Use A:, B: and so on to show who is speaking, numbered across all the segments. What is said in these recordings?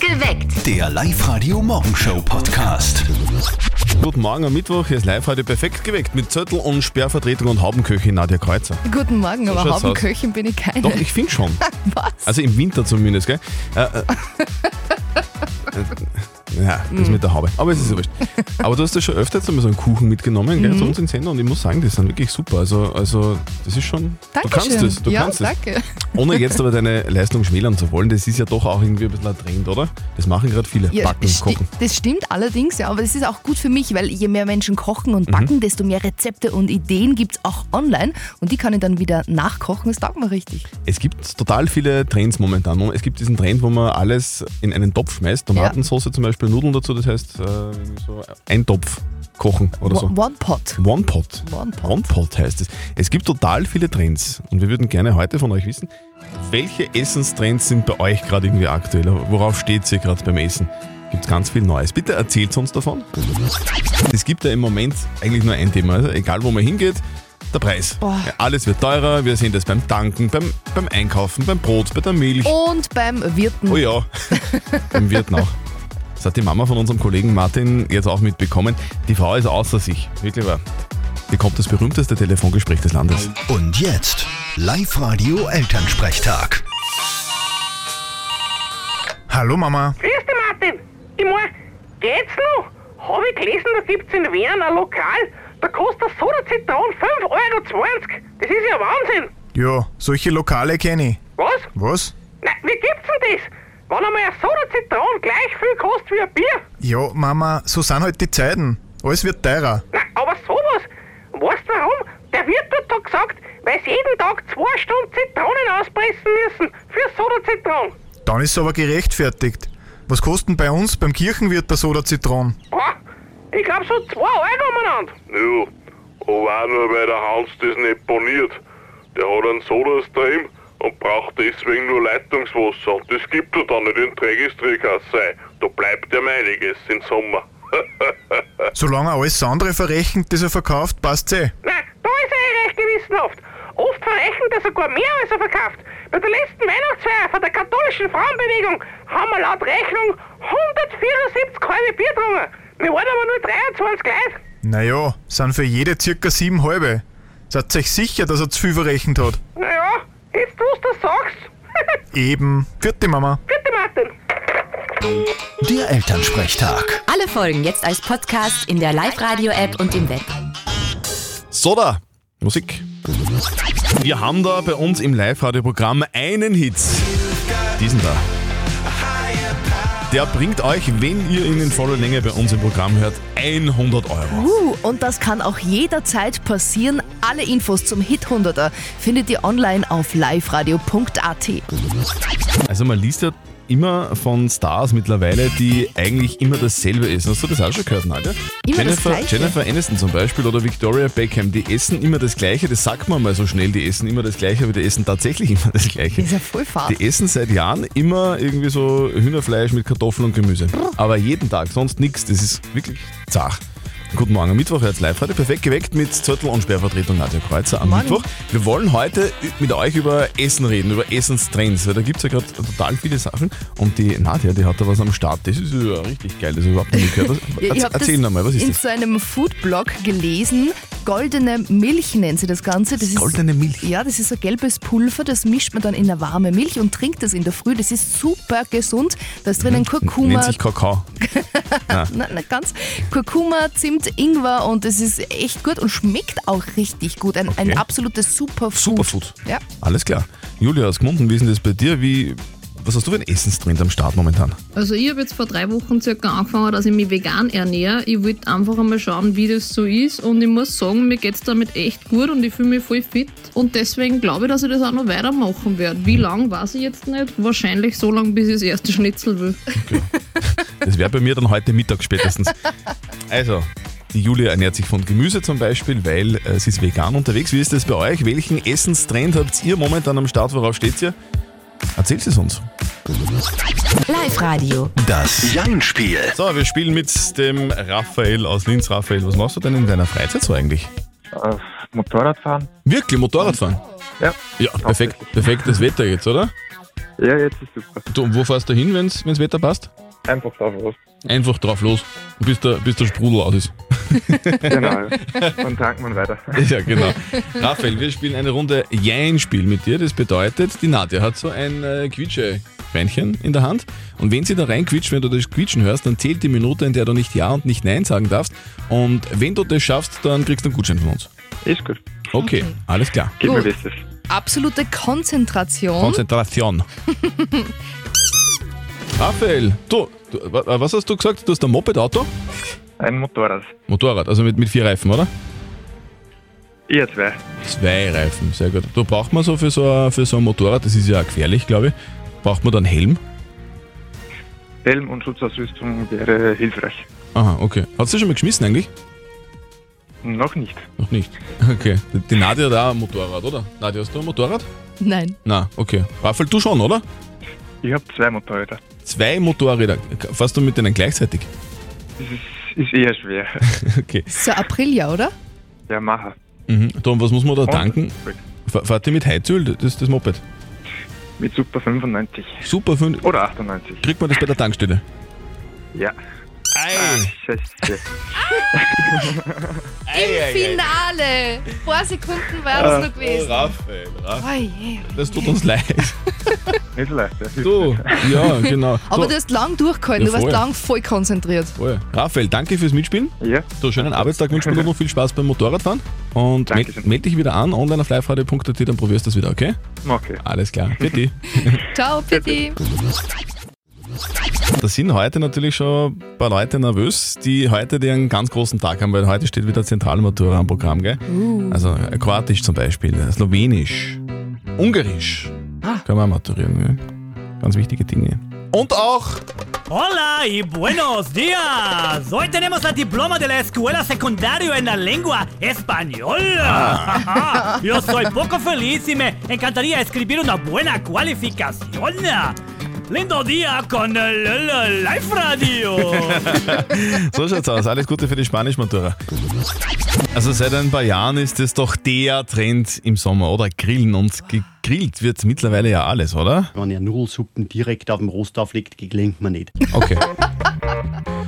A: Geweckt.
B: Der Live-Radio-Morgenshow-Podcast.
C: Guten Morgen am Mittwoch, hier ist live heute perfekt geweckt mit Zettel und Sperrvertretung und Haubenköchin Nadja Kreuzer.
D: Guten Morgen, aber
C: schaut's aus.
D: Haubenköchin bin ich keine.
C: Doch, ich finde schon.
D: Was?
C: Also im Winter zumindest, gell? Äh, äh, äh, ja, das
D: Hm.
C: mit der Haube. Aber es ist ja wurscht. Aber du hast ja schon öfter jetzt einmal so einen Kuchen mitgenommen,
D: Mhm.
C: gell? Zu uns in Sender und ich muss sagen, die sind wirklich super. Also, also das ist schon.
D: Dankeschön.
C: Du kannst es, du
D: ja,
C: kannst es.
D: danke.
C: Ohne jetzt aber deine Leistung schmälern zu wollen, das ist ja doch auch irgendwie ein bisschen ein Trend, oder? Das machen gerade viele.
D: Ja,
C: Backen,
D: sti-
C: kochen.
D: Das stimmt allerdings, ja, aber das ist auch gut für mich, weil je mehr Menschen kochen
C: Mhm.
D: und backen, desto mehr Rezepte und Ideen gibt es auch online und die kann ich dann wieder nachkochen. Das taugt mir richtig.
C: Es gibt total viele Trends momentan. Es gibt diesen Trend, wo man alles in einen Topf schmeißt. Tomatensauce zum Beispiel, Nudeln dazu, das heißt äh, irgendwie so ein Topf kochen oder so.
D: One- One Pot.
C: One Pot.
D: One Pot.
C: One Pot heißt es. Es gibt total viele Trends und wir würden gerne heute von euch wissen, welche Essenstrends sind bei euch gerade irgendwie aktuell? Worauf steht ihr gerade beim Essen? Gibt ganz viel Neues. Bitte erzählt uns davon. Es gibt ja im Moment eigentlich nur ein Thema, also egal wo man hingeht. Der Preis.
D: Boah.
C: Ja, Alles wird teurer, wir sehen das beim Tanken, beim, beim Einkaufen, beim Brot, bei der Milch.
D: Und beim Wirten.
C: Oh ja, im Wirt auch. Das hat die Mama von unserem Kollegen Martin jetzt auch mitbekommen. Die Frau ist außer sich, wirklich wahr. Hier kommt das berühmteste Telefongespräch des Landes.
B: Und jetzt Live-Radio-Elternsprechtag.
E: Hallo Mama.
F: Grüß dich, Martin. Ich mein, geht's noch? Hab ich gelesen, da gibt's in Wien ein Lokal, da kostet eine Soda-Zitron 5,20 Euro. Das ist ja Wahnsinn.
E: Ja, solche Lokale kenne ich.
F: Was?
E: Was?
F: Nein, wie gibt's denn das? Wenn einmal eine Soda-Zitron gleich viel kostet wie ein Bier.
E: Ja, Mama, so sind halt die Zeiten. Alles wird teurer.
F: Nein, aber sowas. Weißt du warum? Der Wirt hat da gesagt, weil sie jeden Tag zwei Stunden Zitronen auspressen müssen für Soda-Zitron.
E: Dann ist es aber gerechtfertigt. Was kosten bei uns beim Kirchenwirt der Soda Zitron?
F: Boah, ich glaub so 2 Euro umeinander.
G: Ja, aber auch nur weil der Hans das nicht poniert. Der hat einen Sodastream und braucht deswegen nur Leitungswasser. Und das gibt er dann nicht in die Registrierkasse. Da bleibt ihm einiges im Sommer.
E: Solange er alles andere verrechnet, das er verkauft, passt's eh.
F: Nein, da ist er eh recht gewissenhaft. Oft verrechnet er sogar mehr, als er verkauft. Bei der letzten Weihnachtsfeier von der katholischen Frauenbewegung haben wir laut Rechnung 174 halbe Bier getrunken. Wir waren aber nur 23 Leute.
E: Naja, sind für jede circa sieben halbe. Seid euch sicher, dass er zu viel verrechnet hat?
F: Naja, jetzt du das sagst.
E: Eben. Vierte Mama.
F: Bitte, Martin.
B: Der Elternsprechtag.
H: Alle Folgen jetzt als Podcast in der Live-Radio-App und im Web.
C: Soda, Musik. Wir haben da bei uns im Live-Radio-Programm einen Hit. Diesen da. Der bringt euch, wenn ihr ihn in voller Länge bei uns im Programm hört, 100 Euro.
D: Uh, und das kann auch jederzeit passieren. Alle Infos zum Hit 100er findet ihr online auf liveradio.at.
C: Also man liest ja immer von Stars mittlerweile, die eigentlich immer dasselbe essen. Hast du das auch schon gehört, Nadja?
D: Immer das
C: Jennifer,
D: Gleiche.
C: Jennifer Aniston zum Beispiel oder Victoria Beckham, die essen immer das Gleiche. Das sagt man mal so schnell, die essen immer das Gleiche, aber die essen tatsächlich immer das Gleiche.
D: Das ist ja voll fad.
C: Die essen seit Jahren immer irgendwie so Hühnerfleisch mit Kartoffeln und Gemüse. Aber jeden Tag, sonst nichts. Das ist wirklich zach. Guten Morgen am Mittwoch, jetzt live heute perfekt geweckt mit Zöttl und Sperrvertretung Nadja Kreuzer am
D: Morgen.
C: Mittwoch. Wir wollen heute mit euch über Essen reden, über Essenstrends, weil da gibt es ja gerade total viele Sachen und die Nadja, die hat da was am Start. Das ist ja richtig geil, das habe ich überhaupt noch nicht gehört.
D: Ich
C: Erz-
D: hab das
C: Erzähl nochmal, was ist
D: in
C: das?
D: so einem Foodblog gelesen. Goldene Milch nennt sie das Ganze. Das ist-
C: Goldene Milch?
D: Ja, das ist so gelbes Pulver, das mischt man dann in eine warme Milch und trinkt das in der Früh. Das ist super gesund. Da ist drinnen
C: Mhm. Nennt
D: Kurkuma,
C: sich Kakao.
D: na, na, ganz Kurkuma, Zimt, Ingwer und es ist echt gut und schmeckt auch richtig gut. Ein,
C: Okay.
D: ein absolutes Superfood.
C: Superfood.
D: Ja.
C: Alles klar. Julia aus Gmunden, wie ist denn das bei dir? Wie, was hast du für einen Essenstrend am Start momentan?
I: Also ich habe jetzt vor drei Wochen circa angefangen, dass ich mich vegan ernähre. Ich wollte einfach einmal schauen, wie das so ist. Und ich muss sagen, mir geht's damit echt gut und ich fühle mich voll fit. Und deswegen glaube ich, dass ich das auch noch weitermachen werde. Wie lang weiß ich jetzt nicht. Wahrscheinlich so lang, bis ich das erste Schnitzel will.
C: Das wäre bei mir dann heute Mittag spätestens. Also, die Julia ernährt sich von Gemüse zum Beispiel, weil äh, sie ist vegan unterwegs. Wie ist das bei euch? Welchen Essenstrend habt ihr momentan am Start? Worauf steht ihr? Erzählt es uns.
H: Live-Radio.
B: Das Jein-Spiel.
C: So, wir spielen mit dem Raphael aus Linz. Raphael, was machst du denn in deiner Freizeit so eigentlich?
A: Äh,
J: auf Motorradfahren.
C: Wirklich, Motorradfahren?
J: Ja.
C: Ja, perfekt, perfektes Wetter jetzt, oder?
A: Ja, jetzt ist super.
C: Du, und wo fährst du hin, wenn's, wenn's Wetter passt?
A: Einfach drauf los.
C: Einfach drauf los, bis der, bis der Sprudel aus ist.
A: Genau. Dann tanken wir weiter.
C: Ja, genau. Raphael, wir spielen eine Runde Jein-Spiel mit dir. Das bedeutet, die Nadja hat so ein äh, Quietsche-Beinchen in der Hand. Und wenn sie da reinquietscht, wenn du das Quietschen hörst, dann zählt die Minute, in der du nicht Ja und nicht Nein sagen darfst. Und wenn du das schaffst, dann kriegst du einen Gutschein von uns.
A: Ist gut.
C: Okay, alles klar.
A: Gib mir
D: Gut.
A: Bestes.
D: Absolute Konzentration.
C: Konzentration. Raphael, du, du, wa- was hast du gesagt? Du hast ein Moped-Auto?
A: Ein Motorrad.
C: Motorrad, also mit, mit vier Reifen, oder?
A: Ihr zwei.
C: Zwei Reifen, sehr gut. Da braucht man so für so ein, für so ein Motorrad, das ist ja auch gefährlich, glaube ich, braucht man dann Helm?
A: Helm und Schutzausrüstung wäre hilfreich.
C: Aha, okay. Hat sie schon mal geschmissen eigentlich?
A: Noch nicht.
C: Noch nicht. Okay. Die- Die Nadja hat auch ein Motorrad, oder? Nadja, hast du ein Motorrad?
D: Nein.
C: Na, okay. Raphael, du schon, oder?
A: Ich habe zwei Motorräder.
C: Zwei Motorräder. Fährst du mit denen gleichzeitig?
A: Das ist, ist eher schwer.
C: Okay.
D: Ist ja Aprilia, oder?
A: Ja, mache.
C: Mhm. Tom, was muss man da
A: Und-
C: tanken? F- Fahrt ihr mit Heizöl, das, das Moped?
A: Mit Super 95
C: Super, fünf.
A: oder 98.
C: kriegt man das bei der Tankstelle?
A: Ja.
C: Ei,
A: Scheiße.
D: Im Finale. Vor Sekunden war es noch gewesen.
C: Raphael, Raphael.
D: Oh je.
C: Das tut uns leid.
A: Nicht so leicht. Das ist
C: Du, ja, genau.
D: Aber
C: So,
D: du hast lang
C: Ja,
D: durchgehalten, du warst
C: voll.
D: lang voll konzentriert.
C: voll. Raphael, danke fürs Mitspielen.
A: Ja.
C: So, schönen Arbeitstag wünschen wir dir noch viel Spaß beim Motorradfahren. Und melde
A: Dankeschön.
C: meld dich wieder an, online auf liveradio.at, dann probierst du das wieder, okay?
A: Okay.
C: Alles klar, bitte.
D: Ciao, Pitti.
C: da sind heute natürlich schon ein paar Leute nervös, die heute den ganz großen Tag haben, weil heute steht wieder Zentralmatura am Programm, gell? Also äh, Kroatisch zum Beispiel, äh, Slowenisch, Ungarisch. Kann man auch maturieren, gell? Ganz wichtige Dinge. Und auch
J: Hola y buenos días. Hoy tenemos la diploma de la escuela secundaria en la lengua española. Yo soy poco feliz y me encantaría escribir una buena cualificación. Lindo día con el, el- el Life Radio.
C: So schaut's aus. Alles Gute für die Spanisch-Matura. Also seit ein paar Jahren ist es doch der Trend im Sommer, oder? Grillen. Und gegrillt wird mittlerweile ja alles, oder?
J: Wenn ihr Nudelsuppen direkt auf dem Rost auflegt, gelingt mir nicht.
C: Okay.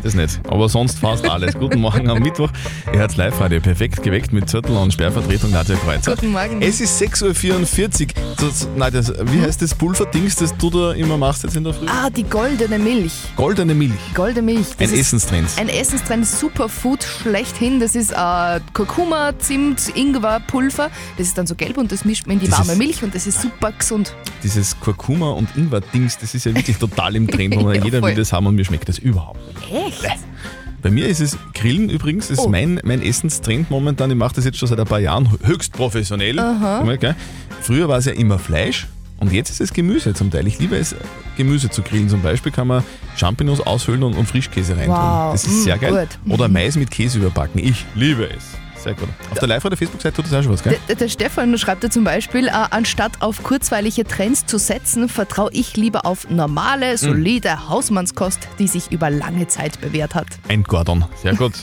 C: Das nicht. Aber sonst fast alles. Guten Morgen am Mittwoch. Ihr hört's Live-Radio. Perfekt geweckt mit Zettel und Sperrvertretung Nadja Kreuzer.
D: Guten Morgen.
C: Es ist 6.44 Uhr. Das, nein, das, wie heißt das Pulverdings, das du da immer machst jetzt in der Früh?
D: Ah, die goldene Milch.
C: Goldene Milch.
D: Goldene Milch.
C: Ein
D: Das ist
C: Essenstrend.
D: Ein Essenstrend Superfood schlechthin. Das ist äh, Kurkuma, Zimt, Ingwer, Pulver. Das ist dann so gelb und das mischt man in die
C: Das
D: warme
C: ist-
D: Milch und das ist super gesund.
C: dieses Kurkuma und Ingwer-Dings, das ist ja wirklich total im Trend. Und
D: Ja,
C: jeder
D: voll.
C: will das haben und mir schmeckt das überhaupt nicht.
D: Echt?
C: Bei mir ist es Grillen übrigens, ist
D: Oh.
C: mein, mein Essenstrend momentan. Ich mache das jetzt schon seit ein paar Jahren höchst professionell. Immer, gell? Früher war es ja immer Fleisch und jetzt ist es Gemüse zum Teil. Ich liebe es, Gemüse zu grillen. Zum Beispiel kann man Champignons aushöhlen und, und Frischkäse reintun.
D: Wow,
C: Das ist
D: mm,
C: sehr geil.
D: gut.
C: Oder Mais mit Käse überbacken. Ich liebe es. Sehr gut. Auf der Live- oder Facebook-Seite tut das auch schon was, gell?
D: Der, der Stefan schreibt ja zum Beispiel, äh, anstatt auf kurzweilige Trends zu setzen, vertraue ich lieber auf
C: Hm.
D: normale, solide Hausmannskost, die sich über lange Zeit bewährt hat.
C: Ein Gordon. Sehr gut.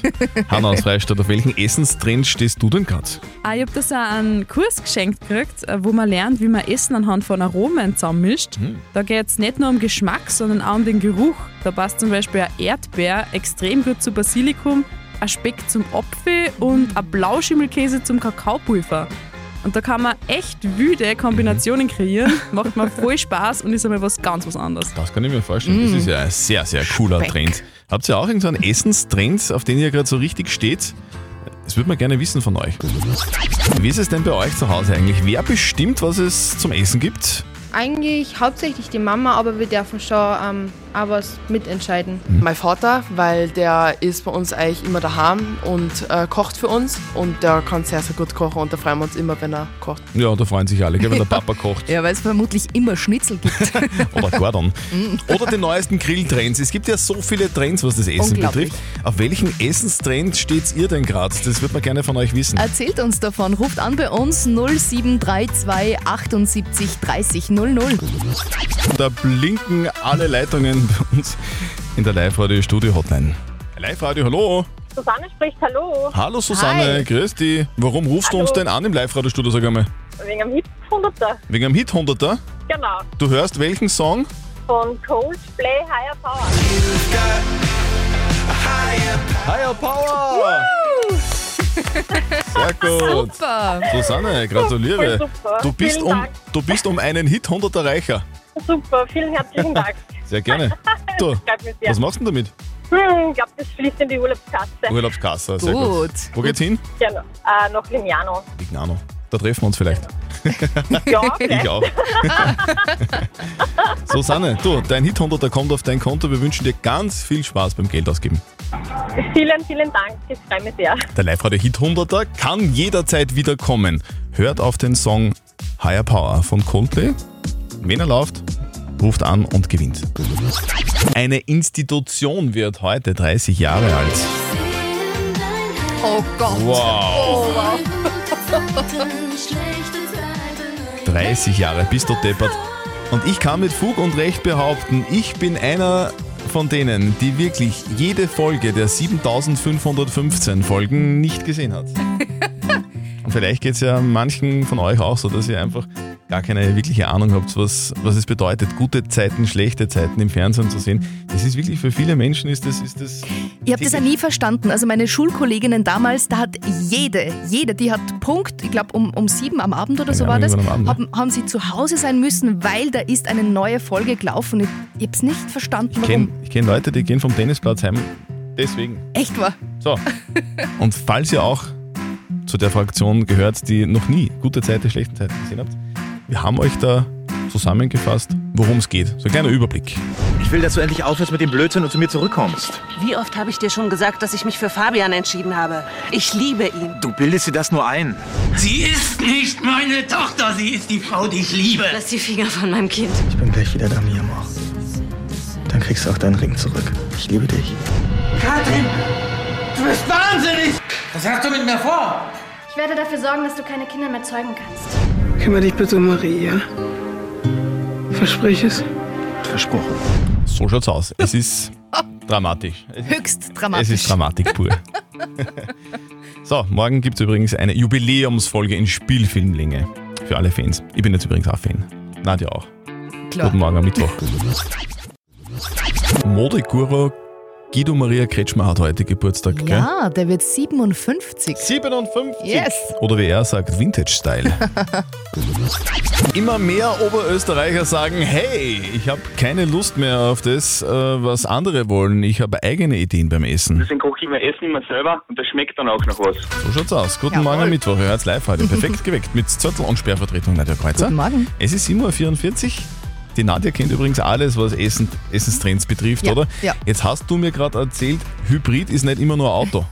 C: Hanna aus Freistadt, auf welchen Essenstrend stehst du denn gerade?
J: Ah, ich habe das auch einen Kurs geschenkt gekriegt, äh, wo man lernt, wie man Essen anhand von Aromen zusammenmischt. Da geht es nicht nur um Geschmack, sondern auch um den Geruch. Da passt zum Beispiel ein Erdbeer extrem gut zu Basilikum, ein Speck zum Apfel und ein Blauschimmelkäse zum Kakaopulver. Und da kann man echt wüde Kombinationen kreieren, macht mir voll Spaß und ist einmal was ganz was anderes.
C: Das kann ich mir vorstellen. Das ist ja ein sehr, sehr cooler
D: Speck.
C: Trend. Habt ihr auch irgendeinen Essenstrend, auf den ihr gerade so richtig steht? Das würde man gerne wissen von euch. Wie ist es denn bei euch zu Hause eigentlich? Wer bestimmt, was es zum Essen gibt?
J: Eigentlich hauptsächlich die Mama, aber wir dürfen schon ähm, auch was mitentscheiden.
F: Mein Vater, weil der ist bei uns eigentlich immer daheim und äh, kocht für uns und der kann sehr, sehr gut kochen und da freuen wir uns immer, wenn er kocht.
C: Ja, da freuen sich alle, gell, wenn der Papa kocht.
D: Ja, weil es vermutlich immer Schnitzel gibt.
C: Oder Gordon. Oder die neuesten Grilltrends. Es gibt ja so viele Trends, was das Essen
D: Unglaublich.
C: betrifft. Auf welchen Essenstrend steht ihr denn gerade? Das würde man gerne von euch wissen.
D: Erzählt uns davon. Ruft an bei uns 0732 78 30 00.
C: Da blinken alle Leitungen bei uns in der Live-Radio-Studio-Hotline. Live-Radio, hallo!
J: Susanne spricht Hallo.
C: Hallo Susanne,
D: Hi.
C: grüß dich. Warum rufst du uns denn an im Live-Radio-Studio, sag einmal?
K: wegen dem Hit 100er.
C: Wegen einem Hit 100er?
K: Genau.
C: Du hörst welchen Song?
K: Von Coldplay Higher Power.
C: Higher Power! Sehr gut.
K: Super.
C: Susanne, gratuliere.
K: Voll super.
C: Du, bist
K: Vielen
C: um,
K: Dank.
C: du bist um einen Hit 100er reicher.
K: Super, vielen herzlichen Dank.
C: Sehr gerne. Du,
K: Das freut mich sehr.
C: was machst du denn damit?
K: Hm, ich glaube, das fließt in die Urlaubskasse.
C: Urlaubskasse, sehr gut.
K: Gut.
C: Wo geht's hin?
K: Genau. Äh, nach Lignano.
C: Ignano. Da treffen wir uns vielleicht.
K: Ja,
C: Ich auch. Susanne, du, dein Hit 100er kommt auf dein Konto. Wir wünschen dir ganz viel Spaß beim Geld ausgeben.
K: Vielen, vielen Dank. Das freut mich sehr.
C: Der Live-Radio Hit 100er kann jederzeit wieder kommen. Hört auf den Song Higher Power von Coldplay. Wenn er läuft, ruft an und gewinnt. Eine Institution wird heute 30 Jahre alt.
D: Oh Gott.
C: Wow.
D: Oh, wow.
C: 30 Jahre, bist du deppert. Und ich kann mit Fug und Recht behaupten, ich bin einer von denen, die wirklich jede Folge der 7515 Folgen nicht gesehen hat. Und vielleicht geht es ja manchen von euch auch so, dass ihr einfach gar keine wirkliche Ahnung habt, was, was es bedeutet, gute Zeiten, schlechte Zeiten im Fernsehen zu sehen. Das ist wirklich für viele Menschen ist das, ist das
D: Ich habe das ja nie verstanden. Also meine Schulkolleginnen damals, da hat jede, jede, die hat Punkt, ich glaube um, um sieben am Abend oder so
C: Ja,
D: war das,
C: irgendwann am Abend, ne?
D: haben, haben sie zu Hause sein müssen, weil da ist eine neue Folge gelaufen. Ich, ich habe es nicht verstanden,
C: Ich
D: warum.
C: kenne kenn Leute, die gehen vom Tennisplatz heim. Deswegen.
D: Echt wahr?
C: So. Und falls ihr auch zu der Fraktion gehört, die noch nie gute Zeiten, schlechte Zeiten gesehen habt, wir haben euch da zusammengefasst, worum es geht. So ein kleiner Überblick.
L: Ich will, dass du endlich aufhörst mit dem Blödsinn und zu mir zurückkommst.
M: Wie oft habe ich dir schon gesagt, dass ich mich für Fabian entschieden habe? Ich liebe ihn.
L: Du bildest dir das nur ein.
N: Sie ist nicht meine Tochter, sie ist die Frau, die ich liebe. Lass die Finger von meinem Kind.
L: Ich bin gleich wieder da, Mia Moch. Dann kriegst du auch deinen Ring zurück. Ich liebe dich.
N: Katrin, du bist wahnsinnig! Was hast du mit mir vor?
O: Ich werde dafür sorgen, dass du keine Kinder mehr zeugen kannst.
P: Kümmere dich bitte um Maria. Versprich es.
L: Versprochen.
C: So schaut's aus. Es ist dramatisch.
D: Höchst dramatisch.
C: Es ist Dramatik pur. so, morgen gibt es übrigens eine Jubiläumsfolge in Spielfilmlänge. Für alle Fans. Ich bin jetzt übrigens auch Fan. Nadja auch.
D: Klar.
C: Guten Morgen am Mittwoch. Modeguru Guido Maria Kretschmer hat heute Geburtstag, gell?
D: Ja, der wird 57.
C: 57?
D: Yes.
C: Oder wie er sagt, Vintage-Style. Immer mehr Oberösterreicher sagen, hey, ich habe keine Lust mehr auf das, äh, was andere wollen. Ich habe eigene Ideen beim Essen.
Q: Deswegen koche ich mir Essen immer selber und das schmeckt dann auch noch was.
C: So schaut's aus. Guten Morgen am Mittwoch. Ihr hört's live heute. Perfekt geweckt mit Zettel und Sperrvertretung Nadja Kreuzer.
D: Guten Morgen.
C: Es ist 7.44 Uhr. Die Nadja kennt übrigens alles, was Essen, Essenstrends betrifft,
D: Ja,
C: oder?
D: ja.
C: Jetzt hast du mir gerade erzählt, Hybrid ist nicht immer nur Auto.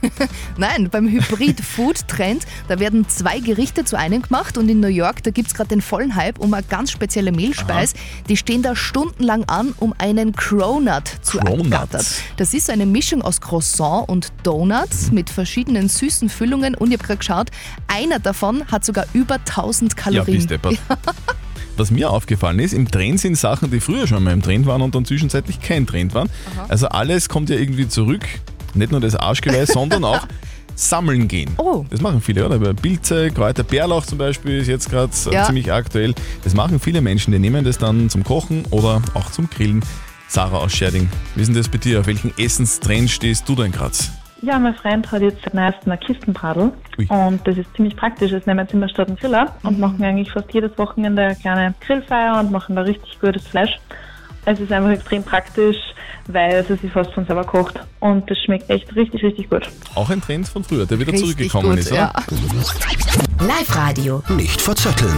D: Nein, beim Hybrid-Food-Trend, da werden zwei Gerichte zu einem gemacht und in New York, da gibt es gerade den vollen Hype um eine ganz spezielle Mehlspeis. Die stehen da stundenlang an, um einen Cronut zu
C: Cronut.
D: ergattern. Das ist eine Mischung aus Croissant und Donuts mit verschiedenen süßen Füllungen und ich habe gerade geschaut, einer davon hat sogar über 1000
C: ja,
D: Kalorien.
C: bist deppert. Was mir aufgefallen ist, im Trend sind Sachen, die früher schon mal im Trend waren und dann zwischenzeitlich kein Trend waren.
D: Aha.
C: Also alles kommt ja irgendwie zurück. Nicht nur das Arschgeweih, sondern auch sammeln gehen.
D: Oh.
C: Das machen viele, oder? Weil Pilze, Kräuter, Bärlauch zum Beispiel ist jetzt gerade äh,
D: Ja.
C: ziemlich aktuell. Das machen viele Menschen, die nehmen das dann zum Kochen oder auch zum Grillen. Sarah aus Scherding, wie ist denn das bei dir? Auf welchen Essenstrend stehst du denn gerade?
R: Ja, mein Freund hat jetzt seit neuestem ein Kistenbradl und das ist ziemlich praktisch. Das nehmen wir immer statt einen Griller und
C: Mhm.
R: machen eigentlich fast jedes Wochenende eine kleine Grillfeier und machen da richtig gutes Fleisch. Es ist einfach extrem praktisch, weil es sich fast von selber kocht und das schmeckt echt richtig, richtig gut.
C: Auch ein Trend von früher, der wieder
R: Richtig
C: zurückgekommen
R: gut,
C: ist, oder?
R: ja.
H: Live-Radio.
C: Nicht verzetteln.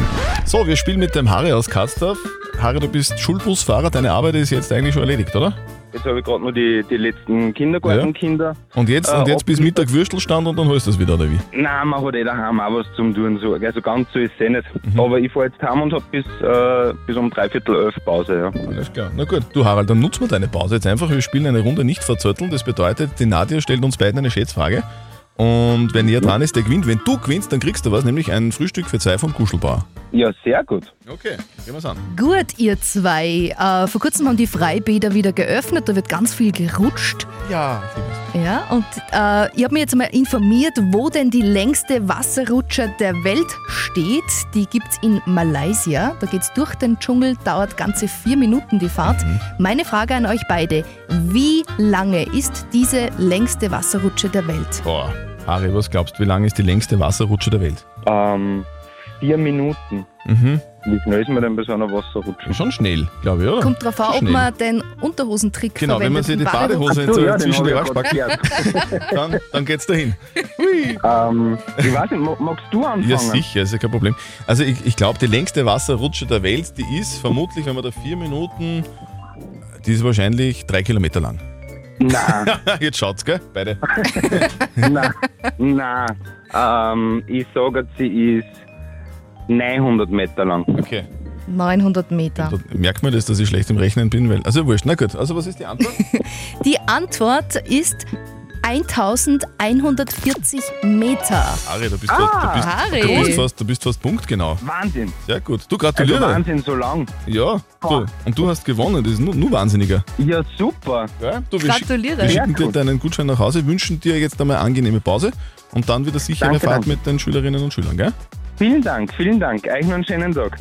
C: So, wir spielen mit dem Harry aus Katsdorf. Harry, du bist Schulbusfahrer, deine Arbeit ist jetzt eigentlich schon erledigt, oder?
S: Jetzt habe ich gerade nur die, die letzten Kindergartenkinder.
C: Und jetzt,
S: Äh,
C: und jetzt bis Mittag Würstelstand und dann holst du es wieder, oder wie?
S: Nein, man hat eh daheim auch was zum Tun. So. Also ganz so ist es eh nicht. Aber ich fahre jetzt heim und habe bis, äh, bis um dreiviertel elf Pause. Ja.
C: Alles klar. Na gut, du Harald, dann nutzen wir deine Pause jetzt einfach. Wir spielen eine Runde nicht verzötteln. Das bedeutet, die Nadja stellt uns beiden eine Schätzfrage. Und wer näher dran ist, der gewinnt. Wenn du gewinnst, dann kriegst du was, nämlich ein Frühstück für zwei vom Kuschelbauer.
S: Ja, sehr gut.
C: Okay, gehen wir's an.
D: Gut, ihr zwei. Äh, vor kurzem haben die Freibäder wieder geöffnet, da wird ganz viel gerutscht.
C: Ja, ich
D: Ja, und äh, ich habe mich jetzt mal informiert, wo denn die längste Wasserrutsche der Welt steht. Die gibt's in Malaysia. Da geht's durch den Dschungel, dauert ganze vier Minuten die Fahrt.
C: Mhm.
D: Meine Frage an euch beide: Wie lange ist diese längste Wasserrutsche der Welt?
C: Boah, Harry, was glaubst du, wie lang ist die längste Wasserrutsche der Welt?
S: Ähm, vier Minuten.
C: Mhm.
S: Wie schnell ist man denn bei so einer Wasserrutsche?
C: Schon schnell, glaube ich, oder?
D: Kommt drauf an, ob
C: Schnell.
D: man den Unterhosentrick
C: Genau, wenn man
D: verwendet.
C: sich die
D: im
C: Badehose
D: Badehosen-
C: so zwischen die Arschbacken
D: ja
C: packt, dann, dann geht's dahin.
S: ähm, ich weiß nicht, ma- magst du anfangen?
C: Ja, sicher, ist ja kein Problem. Also, ich, ich glaube, die längste Wasserrutsche der Welt, die ist vermutlich, wenn man da vier Minuten, die ist wahrscheinlich drei Kilometer lang.
S: Nein.
C: Jetzt schaut's, gell? Beide.
S: Nein, nein. Ähm, ich sage jetzt, sie ist 900 Meter lang.
C: Okay.
D: 900 Meter.
C: Merkt man das, dass ich schlecht im Rechnen bin? Weil, also, wurscht. Na gut, also, was ist die Antwort?
D: Die Antwort ist 1140 Meter.
C: Harry, da bist du,
D: Ah,
C: du, bist,
D: Harry.
C: du, bist fast, du bist fast punktgenau.
S: Wahnsinn.
C: Sehr gut. Du gratuliere.
S: Also Wahnsinn, so lang.
C: Ja, du, und du hast gewonnen. Das ist nur, nur Wahnsinniger.
S: Ja, super.
C: Ja, du, wir schick-
D: Gratuliere.
C: Wir schicken
D: Sehr
C: dir
D: gut.
C: deinen Gutschein nach Hause, wünschen dir jetzt einmal eine angenehme Pause und dann wieder sicher eine
S: Danke,
C: Fahrt
S: danke.
C: mit deinen Schülerinnen und Schülern, gell?
S: Vielen Dank, vielen Dank. Euch noch einen schönen Tag.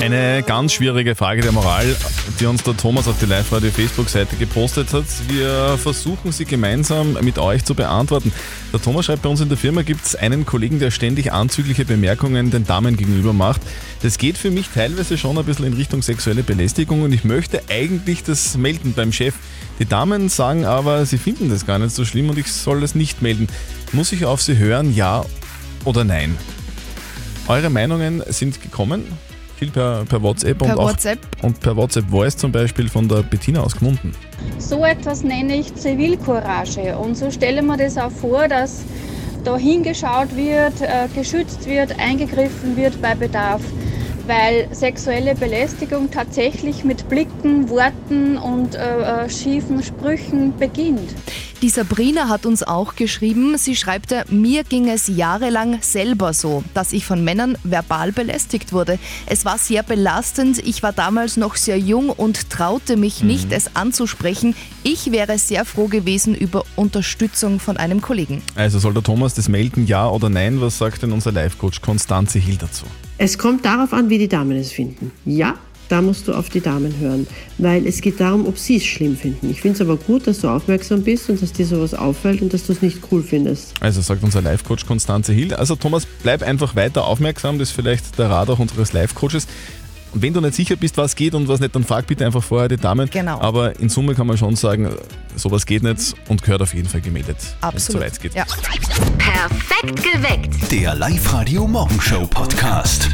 C: Eine ganz schwierige Frage der Moral, die uns der Thomas auf die Live-Radio Facebook-Seite gepostet hat. Wir versuchen sie gemeinsam mit euch zu beantworten. Der Thomas schreibt, bei uns in der Firma gibt es einen Kollegen, der ständig anzügliche Bemerkungen den Damen gegenüber macht. Das geht für mich teilweise schon ein bisschen in Richtung sexuelle Belästigung und ich möchte eigentlich das melden beim Chef. Die Damen sagen aber, sie finden das gar nicht so schlimm und ich soll das nicht melden. Muss ich auf sie hören, ja oder nein? Eure Meinungen sind gekommen. Viel per, per WhatsApp
T: Per
C: und auch
T: WhatsApp.
C: und per WhatsApp Voice zum Beispiel von der Bettina aus Gmunden.
T: So etwas nenne ich Zivilcourage. Und so stelle mir das auch vor, dass da hingeschaut wird, äh, geschützt wird, eingegriffen wird bei Bedarf. Weil sexuelle Belästigung tatsächlich mit Blicken, Worten und äh, äh, schiefen Sprüchen beginnt.
D: Die Sabrina hat uns auch geschrieben, sie schreibt, ja, mir ging es jahrelang selber so, dass ich von Männern verbal belästigt wurde. Es war sehr belastend, ich war damals noch sehr jung und traute mich
C: Mhm.
D: nicht, es anzusprechen. Ich wäre sehr froh gewesen über Unterstützung von einem Kollegen.
C: Also soll der Thomas das melden, ja oder nein? Was sagt denn unser Live-Coach Konstanze Hill dazu?
U: Es kommt darauf an, wie die Damen es finden. Ja, da musst du auf die Damen hören, weil es geht darum, ob sie es schlimm finden. Ich finde es aber gut, dass du aufmerksam bist und dass dir sowas auffällt und dass du es nicht cool findest.
C: Also sagt unser Live-Coach Konstanze Hill. Also Thomas, bleib einfach weiter aufmerksam, das ist vielleicht der Rat auch unseres Live-Coaches. Und Wenn du nicht sicher bist, was geht und was nicht, dann frag bitte einfach vorher die Damen. Genau. Aber in Summe kann man schon sagen, sowas geht nicht und gehört auf jeden Fall gemeldet, wenn es zu
B: Absolut.
C: weit geht.
B: Ja.
V: Perfekt geweckt.
B: Der Live-Radio Morgenshow Podcast.